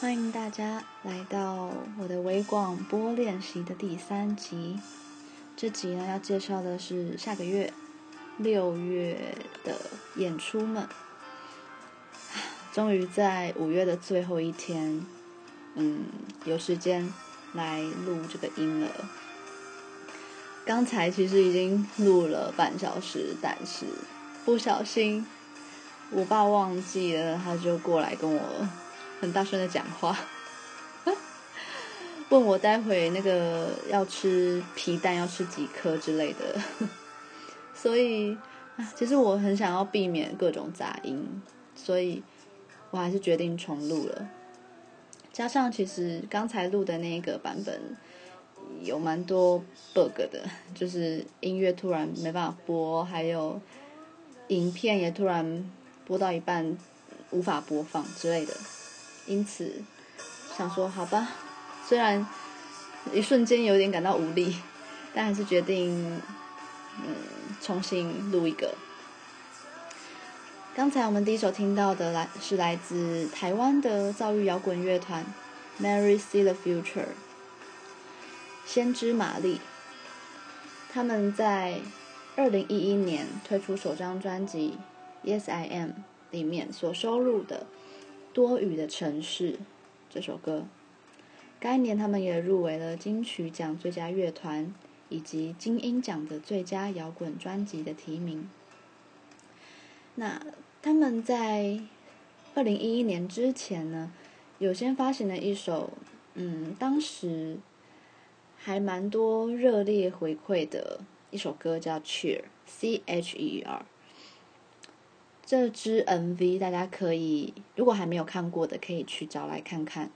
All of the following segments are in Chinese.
欢迎大家来到我的微广播练习的第三集。这集呢要介绍的是下个月六月的演出们。 终于在五月的最后一天，嗯，有时间来录这个音了。刚才其实已经录了半小时，但是不小心我爸忘记了，他就过来跟我很大声的讲话， 问我待会那个要吃皮蛋要吃几颗之类的， 所以啊，其实我很想要避免各种杂音，所以我还是决定重录了。加上其实刚才录的那个版本有蛮多 bug 的，就是音乐突然没办法播，还有影片也突然播到一半无法播放之类的。因此想说，好吧，虽然一瞬间有点感到无力，但还是决定，嗯，重新录一个。刚才我们第一首听到的来是来自台湾的躁郁摇滚乐团 Mary See the Future，先知玛丽。他们在二零一一年推出首张专辑《Yes I Am》里面所收录的《多雨的城市》这首歌。该年他们也入围了金曲奖最佳乐团以及金鹰奖的最佳摇滚专辑的提名。那他们在二零一一年之前呢，有先发行了一首，嗯，当时还蛮多热烈回馈的一首歌，叫《Cheer》（C H E R）。这支 MV 大家可以，如果还没有看过的，可以去找来看看。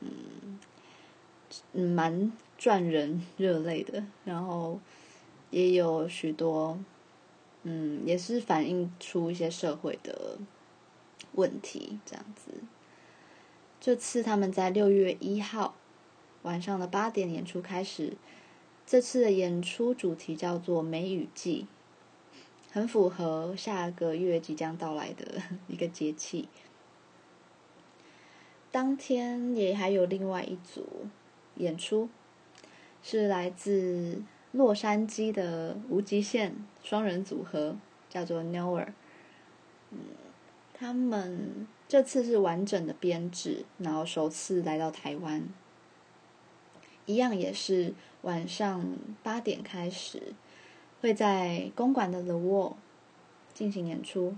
嗯，嗯蛮赚人热泪的，然后也有许多嗯，也是反映出一些社会的问题，这样子。这次他们在六月一号晚上的八点演出开始，这次的演出主题叫做“梅雨季”，很符合下个月即将到来的 一个节气。当天也还有另外一组演出，是来自洛杉矶的无极限双人组合，叫做 Nowhere。嗯，他们这次是完整的编制，然后首次来到台湾，一样也是晚上八点开始，会在公馆的 The Wall 进行演出。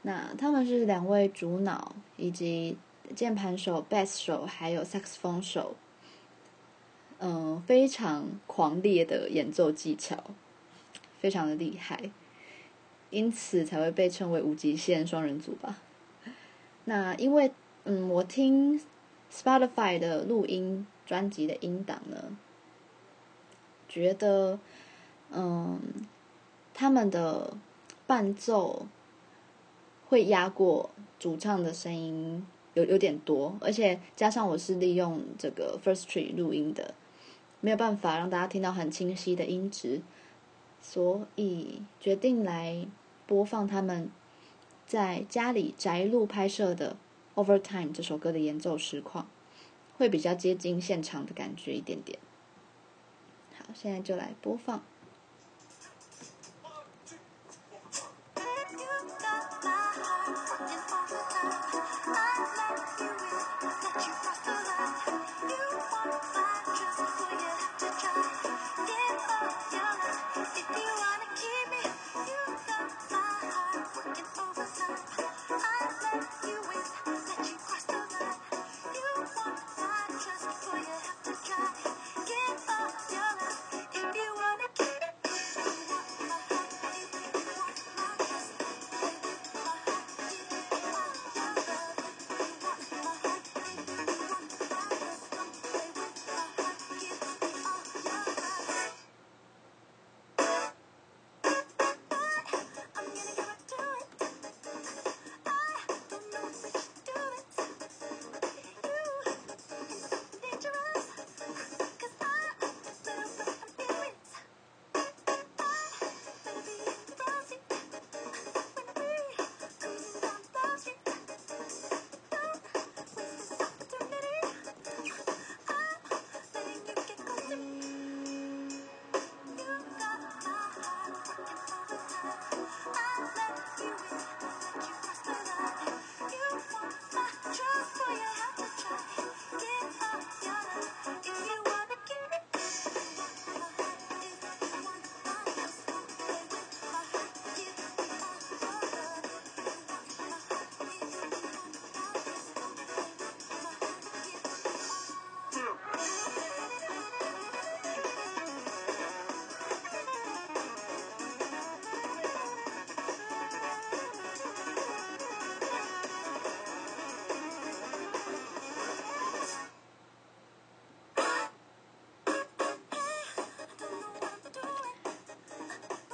那他们是两位主脑以及键盘手、贝斯手，还有萨克斯风手嗯、非常狂烈的演奏技巧，非常的厉害，因此才会被称为无极限双人组吧。那因为，嗯，我听 Spotify 的录音专辑的音档呢，觉得，嗯，他们的伴奏会压过主唱的声音有有点多，而且加上我是利用这个 First Tree 录音的，没有办法让大家听到很清晰的音质，所以决定来播放他们在家里宅录拍摄的《Overtime》这首歌的演奏实况，会比较接近现场的感觉一点点。好，现在就来播放。 Just before you have to try, give up your life if you wanna keep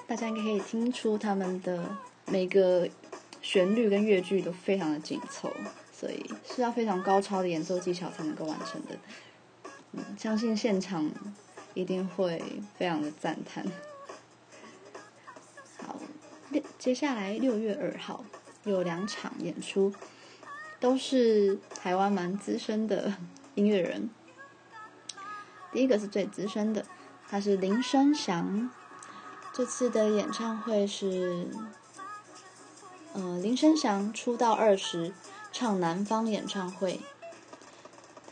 大家应该可以听出他们的每个旋律跟乐句都非常的紧凑，所以是要非常高超的演奏技巧才能够完成的。嗯，相信现场一定会非常的赞叹。好，六接下来六月二号有两场演出，都是台湾蛮资深的音乐人。第一个是最资深的，他是林声祥。这次的演唱会是，呃，林声祥出道二十，唱南方演唱会。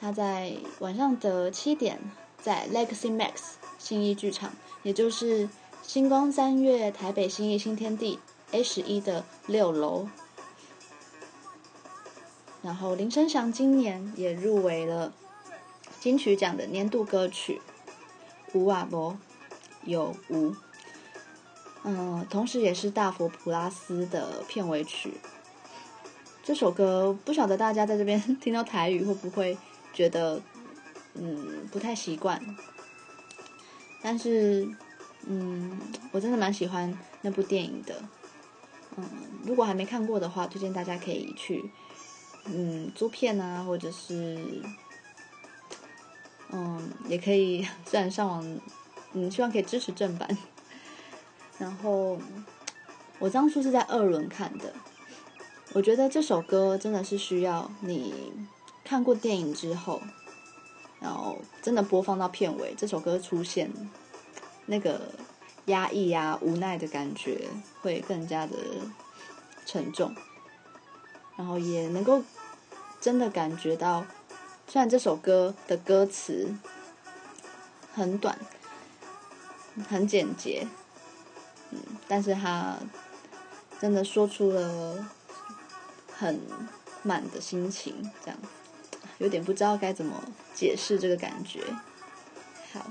他在晚上的七点，在 Legacy Max 新一剧场，也就是星光三月台北新一新天地 A 十一的六楼。然后林声祥今年也入围了。金曲奖的年度歌曲《无瓦博》有无，嗯，同时也是《大佛普拉斯》的片尾曲。这首歌不晓得大家在这边 听到台语会不会觉得嗯不太习惯，但是嗯我真的蛮喜欢那部电影的。嗯，如果还没看过的话，推荐大家可以去嗯租片啊，或者是。嗯，也可以， 虽然上网，嗯，希望可以支持正版。然后我当初是在二轮看的，我觉得这首歌真的是需要你看过电影之后，然后真的播放到片尾，这首歌出现，那个压抑啊、无奈的感觉会更加的沉重，然后也能够真的感觉到。虽然这首歌的歌词很短、很简洁，嗯，但是它真的说出了很满的心情，这样有点不知道该怎么解释这个感觉。好，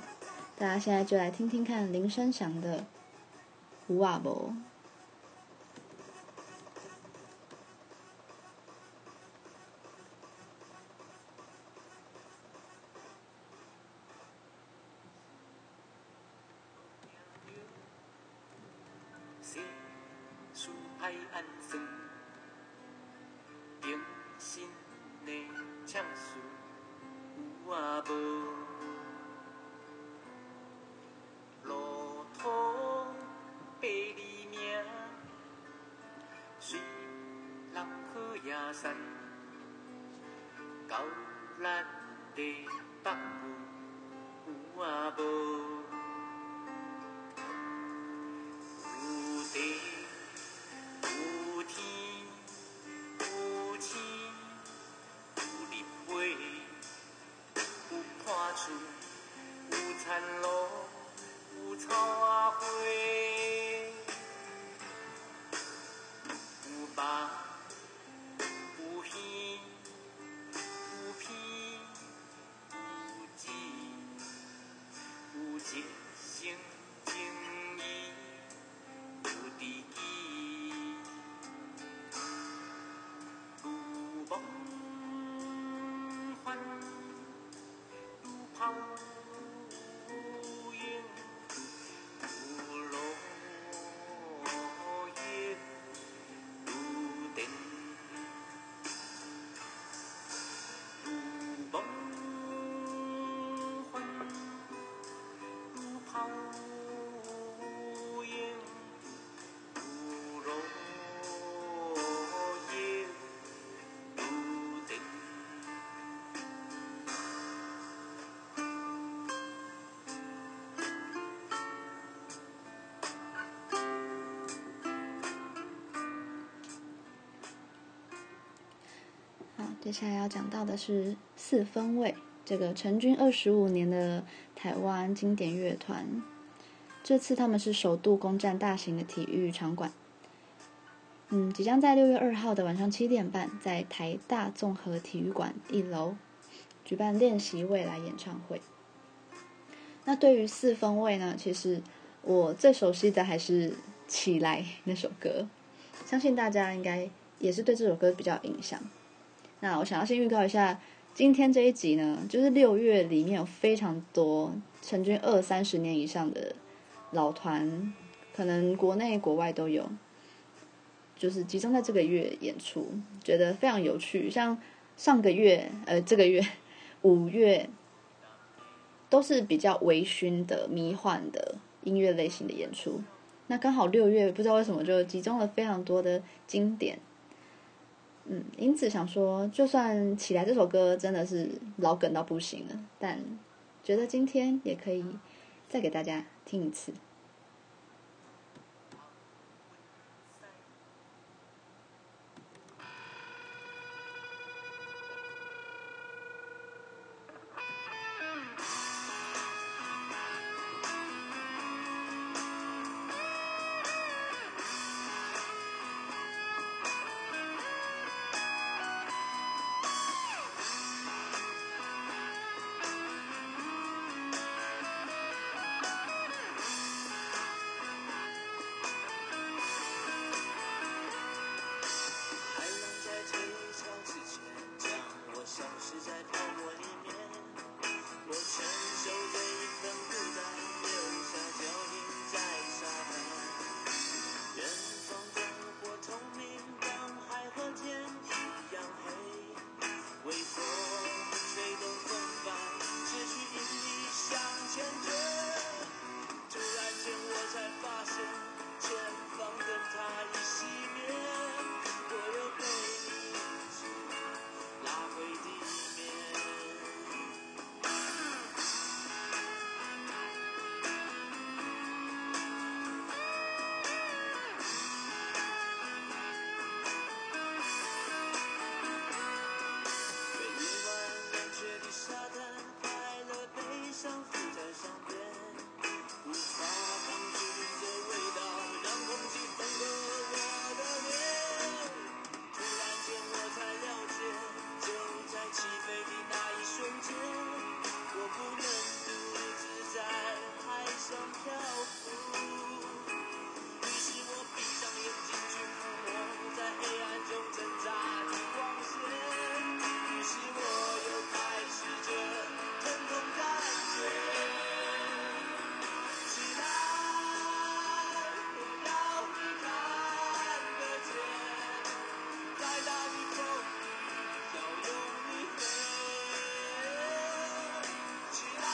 大家现在就来听听看林声祥的《无瓦博》。啊先树爱安静，平心的唱词有啊无？路途八字命，水六去也山，高咱的北部有啊无？有地，有天，有星，有日月，有看树，有田路，有草啊花，有肉，有鱼，有片，有籽，有一生情意。有知己，有梦幻，有泡，有影，有落叶，有电，有梦幻，有泡，有影。有落叶，有电。好，啊接下来要讲到的是四分卫这个成军二十五年的台湾经典乐团。这次他们是首度攻占大型的体育场馆，嗯，即将在六月二号的晚上七点半，在台大综合体育馆一楼举办练习未来演唱会。那对于四分卫呢，其实我最熟悉的还是《起来》那首歌，相信大家应该也是对这首歌比较有印象。那我想要先预告一下，今天这一集呢，就是六月里面有非常多成军二三十年以上的老团可能国内国外都有，就是集中在这个月演出，觉得非常有趣。像上个月，呃，这个月五月都是比较微醺的、迷幻的音乐类型的演出。那刚好六月不知道为什么就集中了非常多的经典，嗯，因此想说，就算起来这首歌真的是老梗到不行了，但觉得今天也可以再给大家听一次。海浪在退潮之前，将我消失在泡沫里面。我承受着一份孤单，留下脚印在沙滩。远方灯火通明，当海和天一样黑，微风吹动风帆，持续引力向前追。突然间，我才发现前方灯塔已熄灭，我又被你一直拉回地面。被一万冷却的沙滩，快乐悲伤浮在上边，无法抗拒这味道，让空气分割我的脸。突然间我才了解，就在起飞的那一瞬间，我不能独自在海上漂浮。于是我闭上眼睛去抚摸，在黑暗中挣扎的光线。于是我又开始这疼痛感觉。起来，我要你看得见，再大的风雨要用力飞。起来，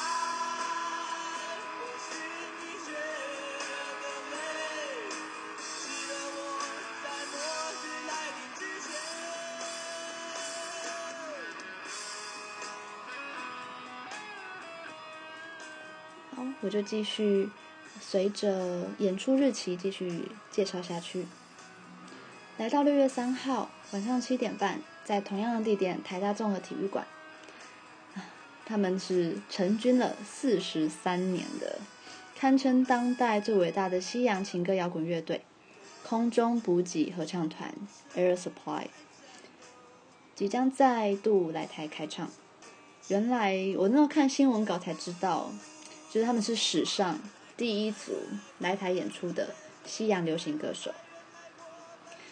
我是你血的泪，记得我在末日来临之前。好，我就继续随着演出日期继续介绍下去。来到六月三号晚上七点半，在同样的地点台大综合体育馆，啊他们是成军了四十三年的，堪称当代最伟大的西洋情歌摇滚乐队——空中补给合唱团 （Air Supply） 即将再度来台开唱。原来我那时候看新闻稿才知道，就是他们是史上第一组来台演出的西洋流行歌手。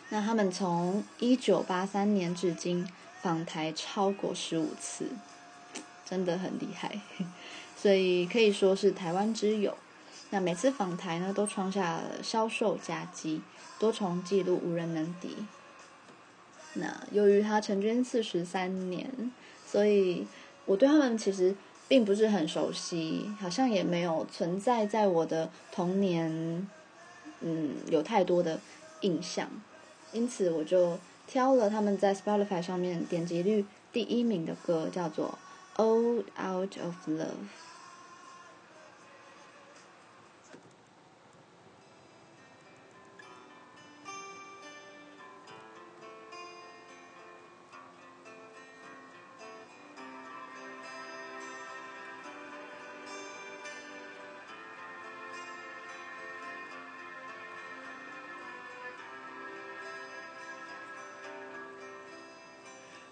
那他们从一九八三年至今访台超过十五次，真的很厉害， 所以可以说是台湾之友。那每次访台呢，都创下了销售佳绩，多重纪录无人能敌。那由于他成军四十三年，所以我对他们其实并不是很熟悉，好像也没有存在在我的童年，嗯，有太多的印象。因此，我就挑了他们在 Spotify 上面点击率第一名的歌，叫做《All Out of Love》。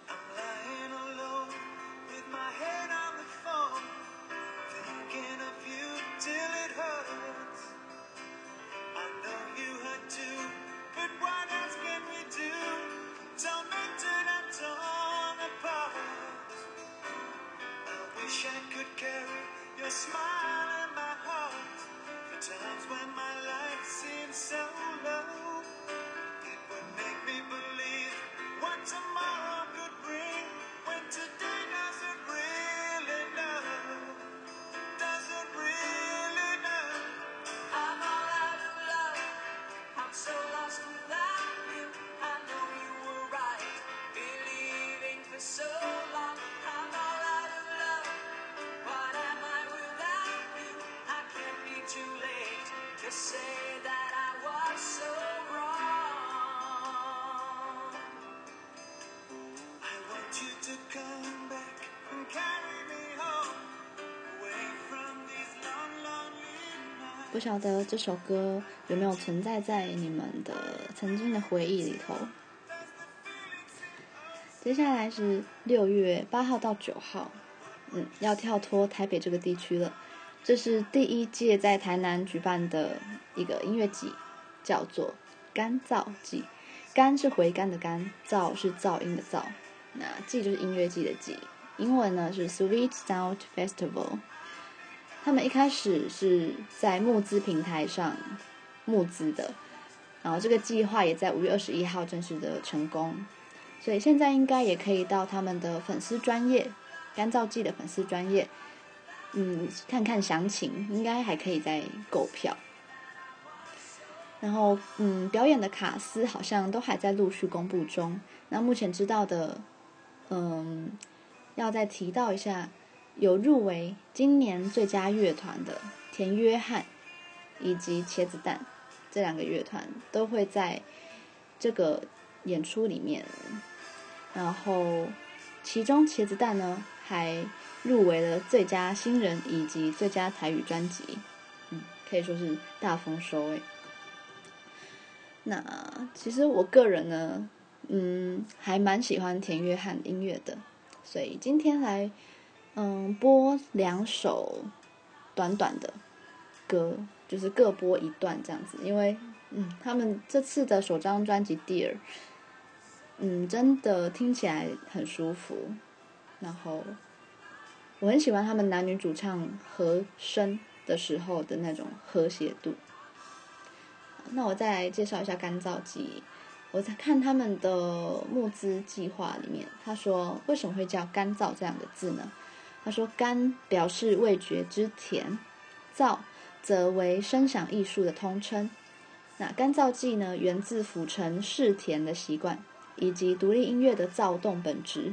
I'm lying alone with my head on the phone, thinking of you till it hurts. I know you hurt too, but what else can we do? Tormented and torn apart. I wish I could carry your smile in my heart for times when my life seems. 不晓得这首歌有没有存在在你们的曾经的回忆里头。接下来是六月八号到九号，嗯，要跳脱台北这个地区了。这是第一届在台南举办的一个音乐季，叫做干燥季。干是回甘的干，燥是噪音的噪，那季就是音乐季的季。英文呢是 Sweet Sound Festival。他们一开始是在募资平台上募资的，然后这个计划也在五月二十一号正式的成功，所以现在应该也可以到他们的粉丝专业干燥剂的粉丝专业，嗯，看看详情，应该还可以再购票。然后，嗯，表演的卡司好像都还在陆续公布中。那目前知道的，嗯，要再提到一下，有入围今年最佳乐团的田约翰以及茄子蛋这两个乐团都会在这个演出里面。然后，其中茄子蛋呢还入围了最佳新人以及最佳台语专辑，嗯，可以说是大丰收诶。那其实我个人呢，嗯，还蛮喜欢田约翰音乐的，所以今天来，嗯，播两首短短的歌，就是各播一段这样子，因为，嗯，他们这次的首张专辑《Dear》，嗯，真的听起来很舒服，然后我很喜欢他们男女主唱和声的时候的那种和谐度。那我再来介绍一下干燥剂。我在看他们的募资计划里面，他说为什么会叫“干燥”这两个字呢？他说“干”表示味觉之甜，“燥”则为声响艺术的通称。那干燥剂呢，源自府城嗜甜的习惯，以及独立音乐的躁动本质。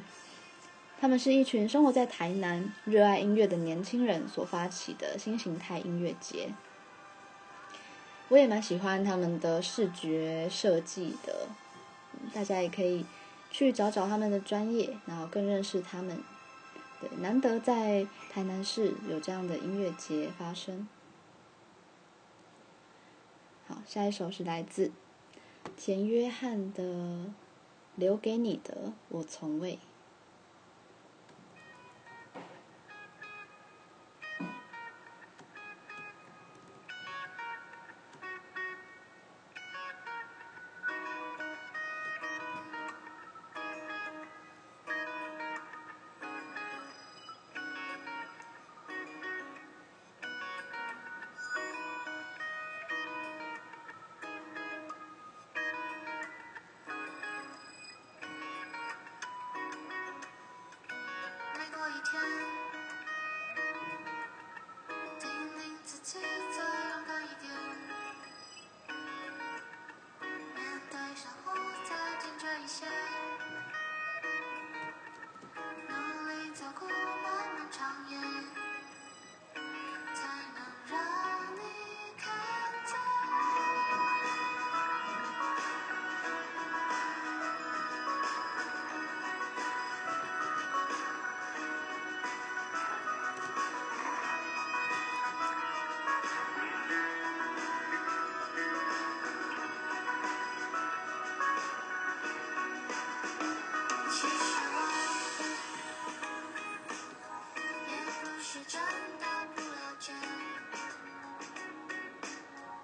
他们是一群生活在台南、热爱音乐的年轻人所发起的新形态音乐节。我也蛮喜欢他们的视觉设计的，嗯大家也可以去找找他们的专业，然后更认识他们。对，难得在台南市有这样的音乐节发生。好，下一首是来自田约翰的《留给你的我从未》。每过一天，叮咛自己再勇敢一点，面对生活再坚决一些，努力走过漫漫长夜，才能让你看见。其实我也不是真的不了解，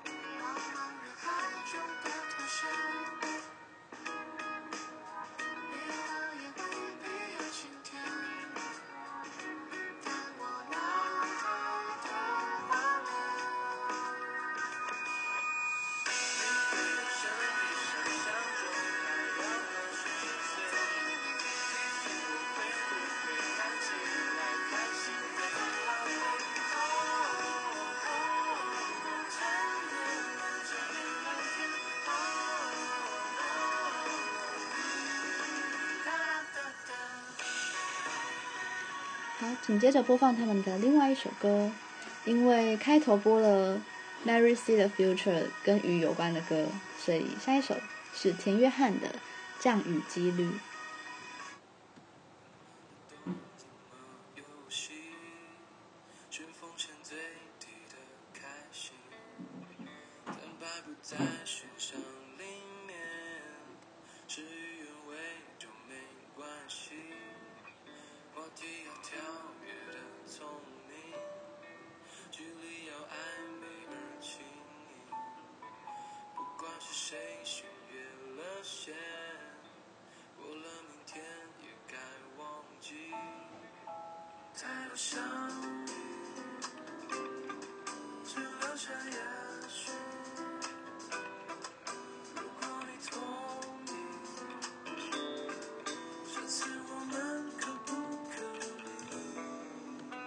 茫茫人海中的妥协，日后也未必有晴天。但我脑海的画面。生与想象中让我心碎。其实我会不会看起来开心的浪费？哦哦哦，才能这样聊天。哦哦，哒哒哒。好，紧接着播放他们的另外一首歌，因为开头播了 Mary C 的 Future 跟雨有关的歌，所以下一首是田约翰的《降雨几率》。动怎么游戏，是风险最低的开心。想，只留下也许。如果你同意，这次我们可不可以？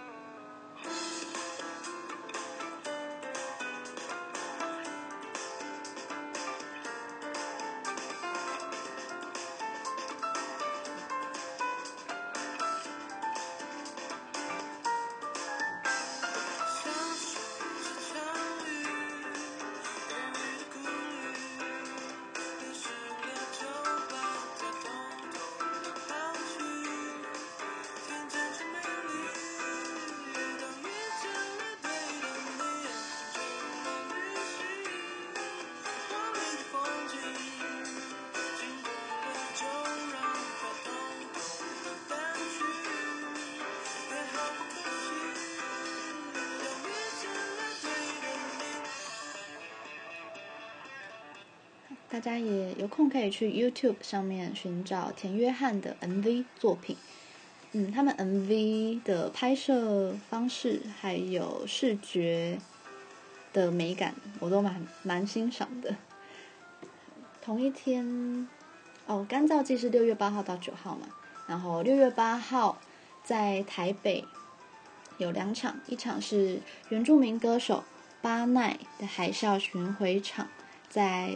相处是场雨，多余的顾虑，你是个就把它统统的抛弃，天真是美丽。当一切都对了，你眼中的旅行，完美的风景，经过了就让它统统的淡去，还好不可惜。当遇见了对的你。大家也有空可以去 YouTube 上面寻找田约翰的 MV 作品。嗯，他们 MV 的拍摄方式还有视觉的美感，我都蛮蛮欣赏的。同一天，哦，干燥季是六月八号到九号嘛，然后六月八号在台北有两场，一场是原住民歌手巴奈的海啸巡回场，在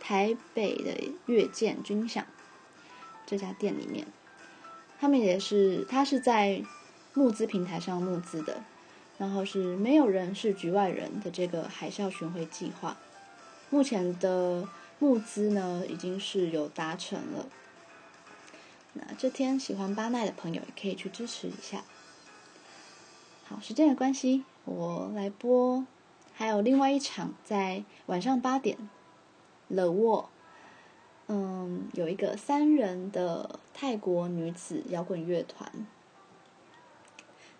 台北的乐见军饷这家店里面，他们也是，他是在募资平台上募资的，然后是没有人是局外人的这个海啸巡回计划，目前的募资呢已经是有达成了。那这天喜欢巴奈的朋友也可以去支持一下。好，时间的关系，我来播。还有另外一场在晚上八点了沃，嗯，有一个三人的泰国女子摇滚乐团。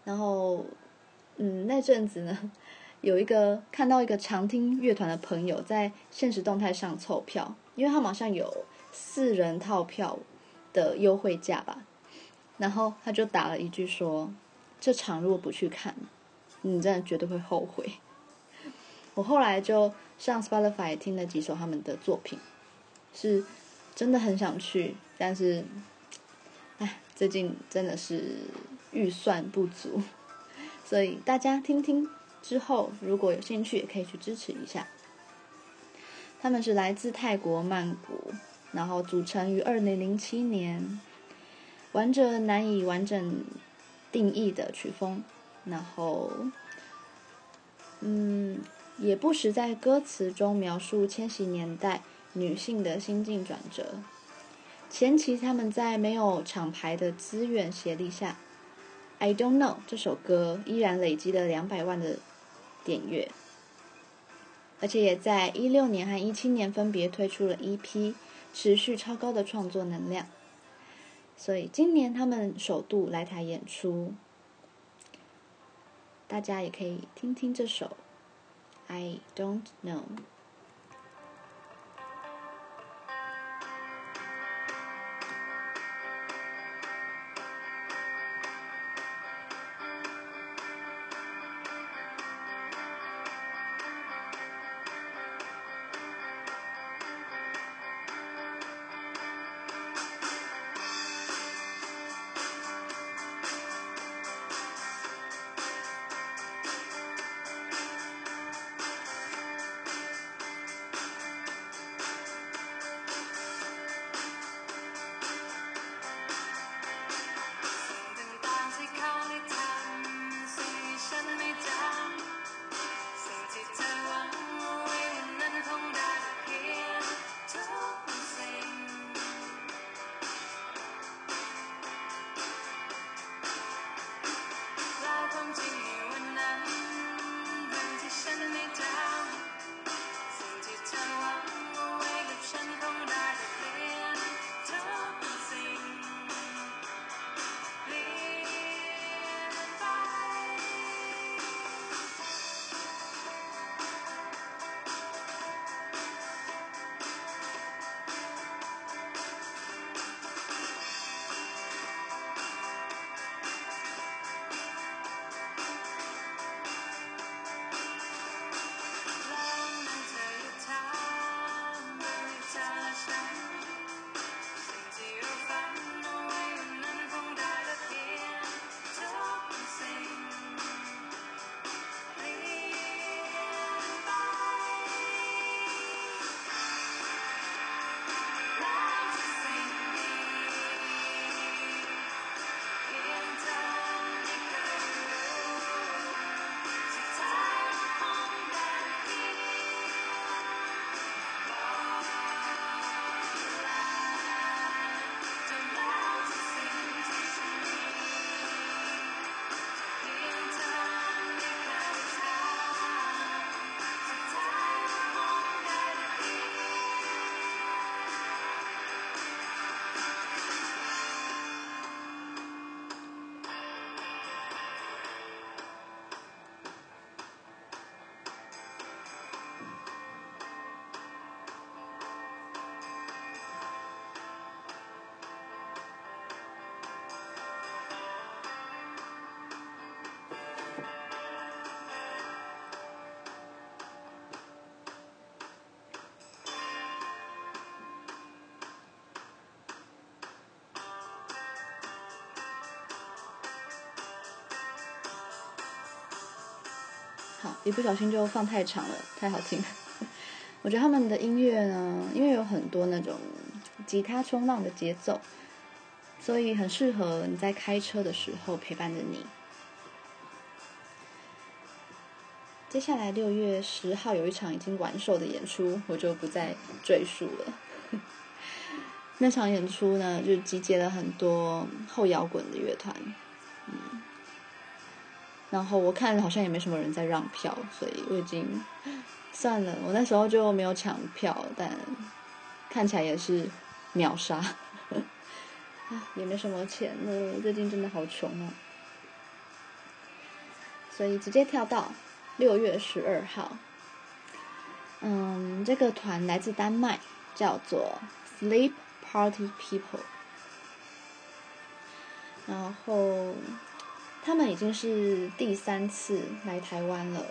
然后，嗯，那阵子呢，有一个看到一个常听乐团的朋友在现实动态上凑票，因为他们好像有四人套票的优惠价吧。然后他就打了一句说：“这场如果不去看，你真的绝对会后悔。” 我后来就上 Spotify 听了几首他们的作品，是真的很想去，但是，唉，最近真的是预算不足，所以大家听听之后，如果有兴趣也可以去支持一下。他们是来自泰国曼谷，然后组成于二零零七年，玩着难以完整定义的曲风，然后，嗯，也不时在歌词中描述千禧年代女性的心境转折。前期他们在没有厂牌的资源协力下，《I Don't Know》这首歌依然累积了两百万的点阅，而且也在一六年和一七年分别推出了 EP，持续超高的创作能量。所以今年他们首度来台演出，大家也可以听听这首 I don't know。好，一不小心就放太长了，太好听了。我觉得他们的音乐呢，因为有很多那种吉他冲浪的节奏，所以很适合你在开车的时候陪伴着你。接下来六月十号有一场已经完售的演出，我就不再赘述了。 那场演出呢，就集结了很多后摇滚的乐团，嗯，然后我看好像也没什么人在让票，所以我已经算了，我那时候就没有抢票，但看起来也是秒杀， 啊，也没什么钱了，最近真的好穷啊，所以直接跳到六月十二号，嗯，这个团来自丹麦，叫做 Sleep Party People。然后，他们已经是第三次来台湾了。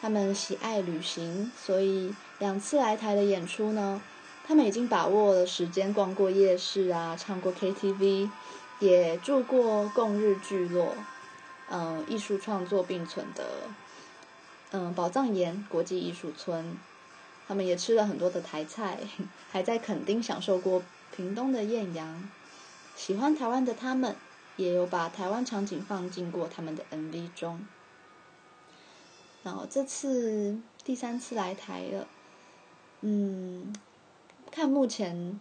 他们喜爱旅行，所以两次来台的演出呢，他们已经把握了时间逛过夜市啊，唱过 KTV，也住过共日聚落，嗯，艺术创作并存的，嗯，宝藏岩国际艺术村，他们也吃了很多的台菜，还在垦丁享受过屏东的艳阳。喜欢台湾的他们，也有把台湾场景放进过他们的 MV 中。然后这次第三次来台了，嗯，看目前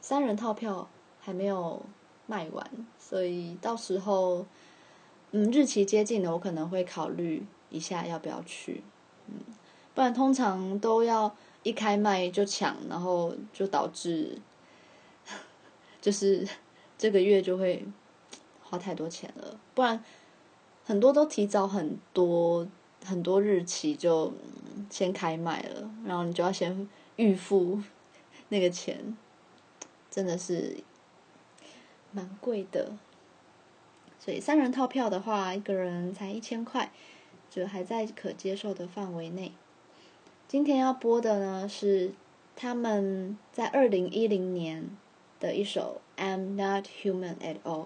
三人套票还没有卖完，所以到时候，嗯，日期接近了，我可能会考虑一下要不要去，嗯，不然通常都要一开卖就抢，然后就导致 就是这个月就会花太多钱了，不然很多都提早很多很多日期就嗯先开卖了，然后你就要先预付那个钱，真的是蛮贵的。所以三人套票的话，一个人才一千块，就还在可接受的范围内。今天要播的呢是他们在二零一零年的一首《I'm Not Human at All》。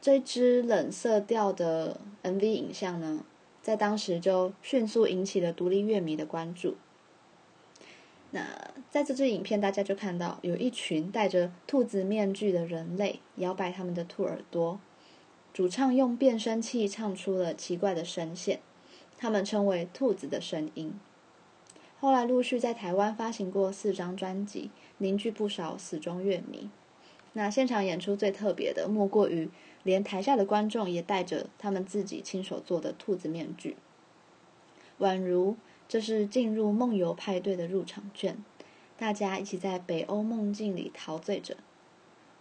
这支冷色调的 MV 影像呢，在当时就迅速引起了独立乐迷的关注。那在这支影片，大家就看到有一群戴着兔子面具的人类摇摆他们的兔耳朵，主唱用变声器唱出了奇怪的声线，他们称为兔子的声音。后来陆续在台湾发行过四张专辑，凝聚不少死忠乐迷。那现场演出最特别的，莫过于连台下的观众也戴着他们自己亲手做的兔子面具，宛如这是进入梦游派对的入场券，大家一起在北欧梦境里陶醉着，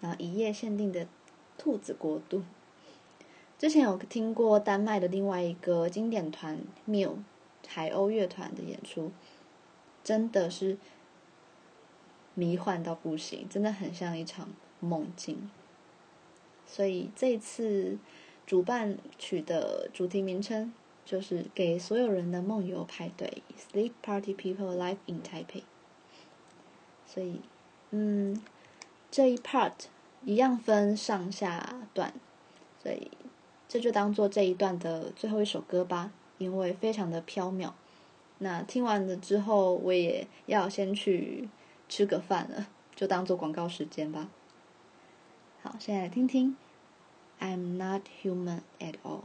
然后一夜限定的兔子国度。之前有听过丹麦的另外一个经典团 Miu 海鸥乐团的演出，真的是迷幻到不行，真的很像一场梦境。所以这一次主办曲的主题名称就是给所有人的梦游派对 （Sleep Party People Live in Taipei）。所以，嗯，这一 part 一样分上下段，所以这就当做这一段的最后一首歌吧，因为非常的飘渺。那听完了之后，我也要先去吃个饭了，就当做广告时间吧。好，现在来听听《I'm Not Human at All》。